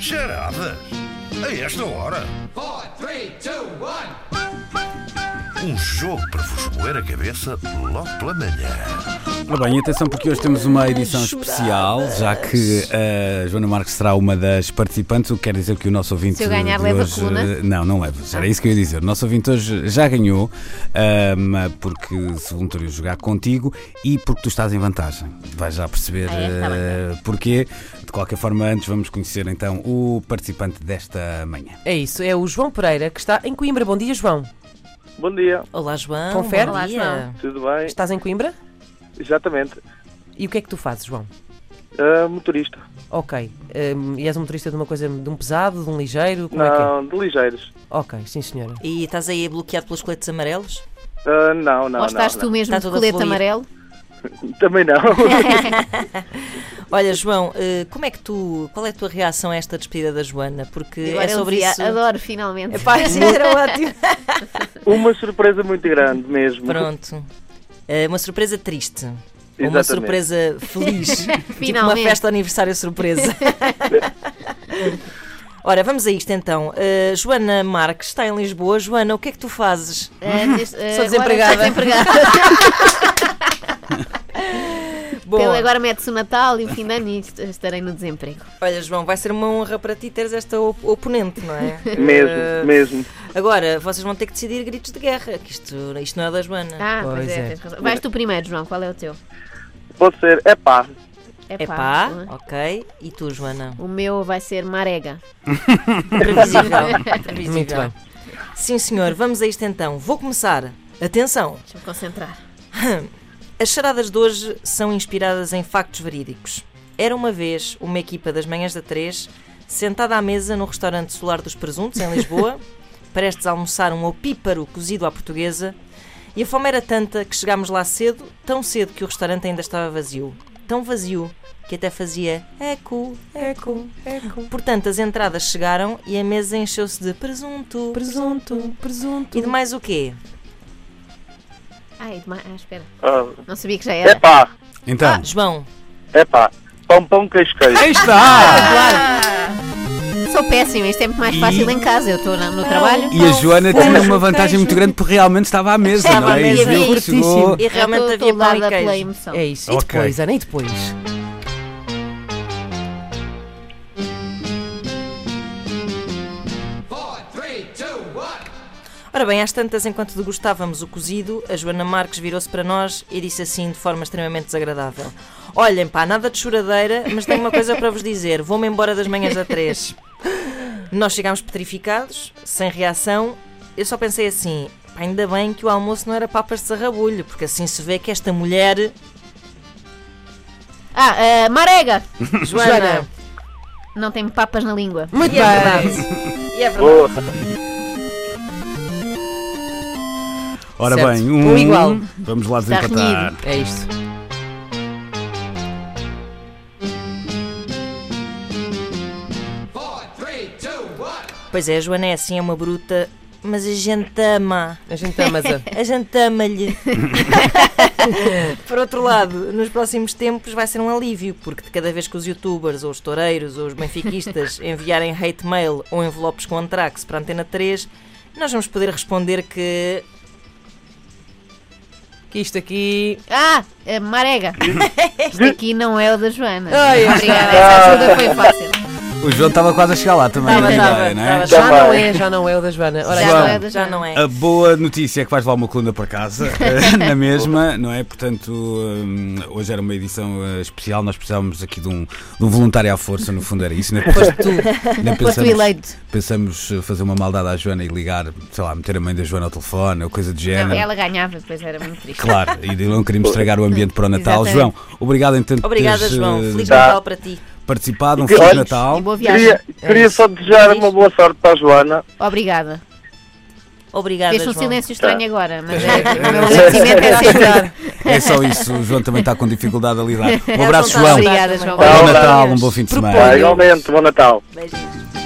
Charadas? A esta hora? four, three, two, one. Um jogo para vos moer a cabeça logo pela manhã. Ora bem, e atenção porque hoje temos uma edição especial, já que a Joana Marques será uma das participantes, o que quer dizer que o nosso ouvinte Se eu ganhar, de leva a hoje, coluna? eh, Não, não leva, era isso que eu ia dizer. O nosso ouvinte hoje já ganhou, ahm, porque se voluntariou jogar contigo e porque tu estás em vantagem. Vais já perceber Ah, é? Tá bem, eh, porquê. De qualquer forma, antes vamos conhecer então o participante desta manhã. É isso, é o João Pereira que está em Coimbra. Bom dia, João. Bom dia, Olá, João. Confere. Bom Olá, dia. João. tudo bem? Estás em Coimbra? Exatamente. E o que é que tu fazes, João? Ah, motorista. Ok. hum, e és um motorista de uma coisa, de um pesado, de um ligeiro? Como é que é? não, de ligeiros. Ok, sim, senhora. E estás aí bloqueado pelos coletes amarelos? Ah, não, não. Ou estás não, tu mesmo Está de Tá tudo a colete fluir. amarelo? não. Também não. Olha, João, eh, como é que tu. Qual é a tua reação a esta despedida da Joana? Porque Agora é ele sobre dizia, isso. um Adoro, finalmente. Pá, isso era ótimo. Uma surpresa muito grande mesmo. Pronto. Eh, Uma surpresa triste. Ou Uma Exatamente. surpresa feliz. tipo uma Finalmente. festa de aniversário surpresa. Ora, vamos a isto então. Eh, Joana Marques está em Lisboa. Joana, o que é que tu fazes? Ah, neste- ah, Uhum. Sou agora desempregada. sou desempregada. Bom, Ele agora mete-se o Natal e o fim de ano e est- estarei no desemprego. olha, João, vai ser uma honra para ti teres esta op- oponente, não é? Mesmo, Eh, mesmo. Agora, vocês vão ter que decidir gritos de guerra, que isto, isto não é da Joana. Ah, pois, Pois é, é. tens razão. Vais tu primeiro, João, qual é o teu? Pode ser. É pá. é pá, ok. E tu, Joana? O meu vai ser Marega. Previsível. previsível. Muito bem. Sim, senhor, vamos a isto então. Vou começar. Atenção! Deixa-me concentrar. As charadas de hoje são inspiradas em factos verídicos. Era uma vez uma equipa das manhãs da 3 sentada à mesa no restaurante Solar dos Presuntos, em Lisboa, prestes a almoçar um opíparo cozido à portuguesa, e a fome era tanta que chegámos lá cedo, tão cedo que o restaurante ainda estava vazio. Tão vazio que até fazia eco, eco, eco. Portanto, as entradas chegaram e a mesa encheu-se de presunto. Presunto, presunto. E de mais o quê? Ai, demais. Ah, espera. Ah, Não sabia que já é era. pá. Então, Ah. João, É pá. Pão, pão, queijo, queijo. aí está! Ah, Sou péssima, isto é muito mais fácil em casa. Eu estou na- no trabalho. E a Joana Pão, tinha queijo, uma vantagem muito grande porque realmente estava à mesa, Estava não à é? E mesa, viu que fortíssimo. chegou. e realmente eu estou havia pão e levada pela queijo. emoção. É isso. E Ok. depois, Ana, e depois? Ora bem, às tantas, enquanto degustávamos o cozido, a Joana Marques virou-se para nós e disse assim, de forma extremamente desagradável: Olhem, pá, nada de choradeira, mas tenho uma coisa para vos dizer. Vou-me embora das manhãs da três. Nós chegámos petrificados, sem reação. Eu só pensei assim: pá, ainda bem que o almoço não era papas de sarrabulho, porque assim se vê que esta mulher. Ah, ah, Marega! Joana! Joana. Não tem papas na língua. Muito E é verdade. E é verdade. Boa. Ora Certo. bem, Um igual. Vamos lá Está desempatar. É isto. Pois é, a Joana é assim, é uma bruta, mas a gente ama. A gente ama-se. A gente ama-lhe. Por outro lado, nos próximos tempos vai ser um alívio, porque de cada vez que os youtubers, ou os toureiros, ou os benfiquistas enviarem hate mail ou envelopes com antrax para a Antena 3, nós vamos poder responder que. Que isto aqui. Ah, ah, Marega! Este aqui não é o da Joana. Ai, Obrigada, essa ajuda foi fácil. O João estava quase a chegar lá também. Estava, na estava, ideia, não é? estava. Já Também. não é, já não é o da Joana. Ora, Já aí não está. é da Já Joana. não é. A boa notícia é que vais lá uma coluna para casa, eh, na mesma, não é? Portanto, hum, hoje era uma edição eh, especial, nós precisávamos aqui de um, de um voluntário à força, no fundo era isso. Ainda, ainda Foste o pensamos, eleito. pensamos eh, fazer uma maldade à Joana e ligar, sei lá, meter a mãe da Joana ao telefone ou coisa do género. Não, ela ganhava, depois era muito triste. Claro, e não queríamos estragar o ambiente para o Natal. Exatamente. João, obrigado então por Obrigada, teres João. eh, Feliz Tá. Natal para ti. participado, um Que- feliz olha, Natal. E boa viagem. Queria, queria só desejar uma boa sorte para a Joana. Obrigada. Obrigada, Fez um João. silêncio estranho agora, mas é, é, o agradecimento é sempre. É só isso, o João também está com dificuldade a lidar. Um Ela abraço, não está assim. a João. ajudar Obrigada, João. também. Bom Olá. Natal, um bom fim de semana. Ah, Igualmente, bom Natal. Beijinhos.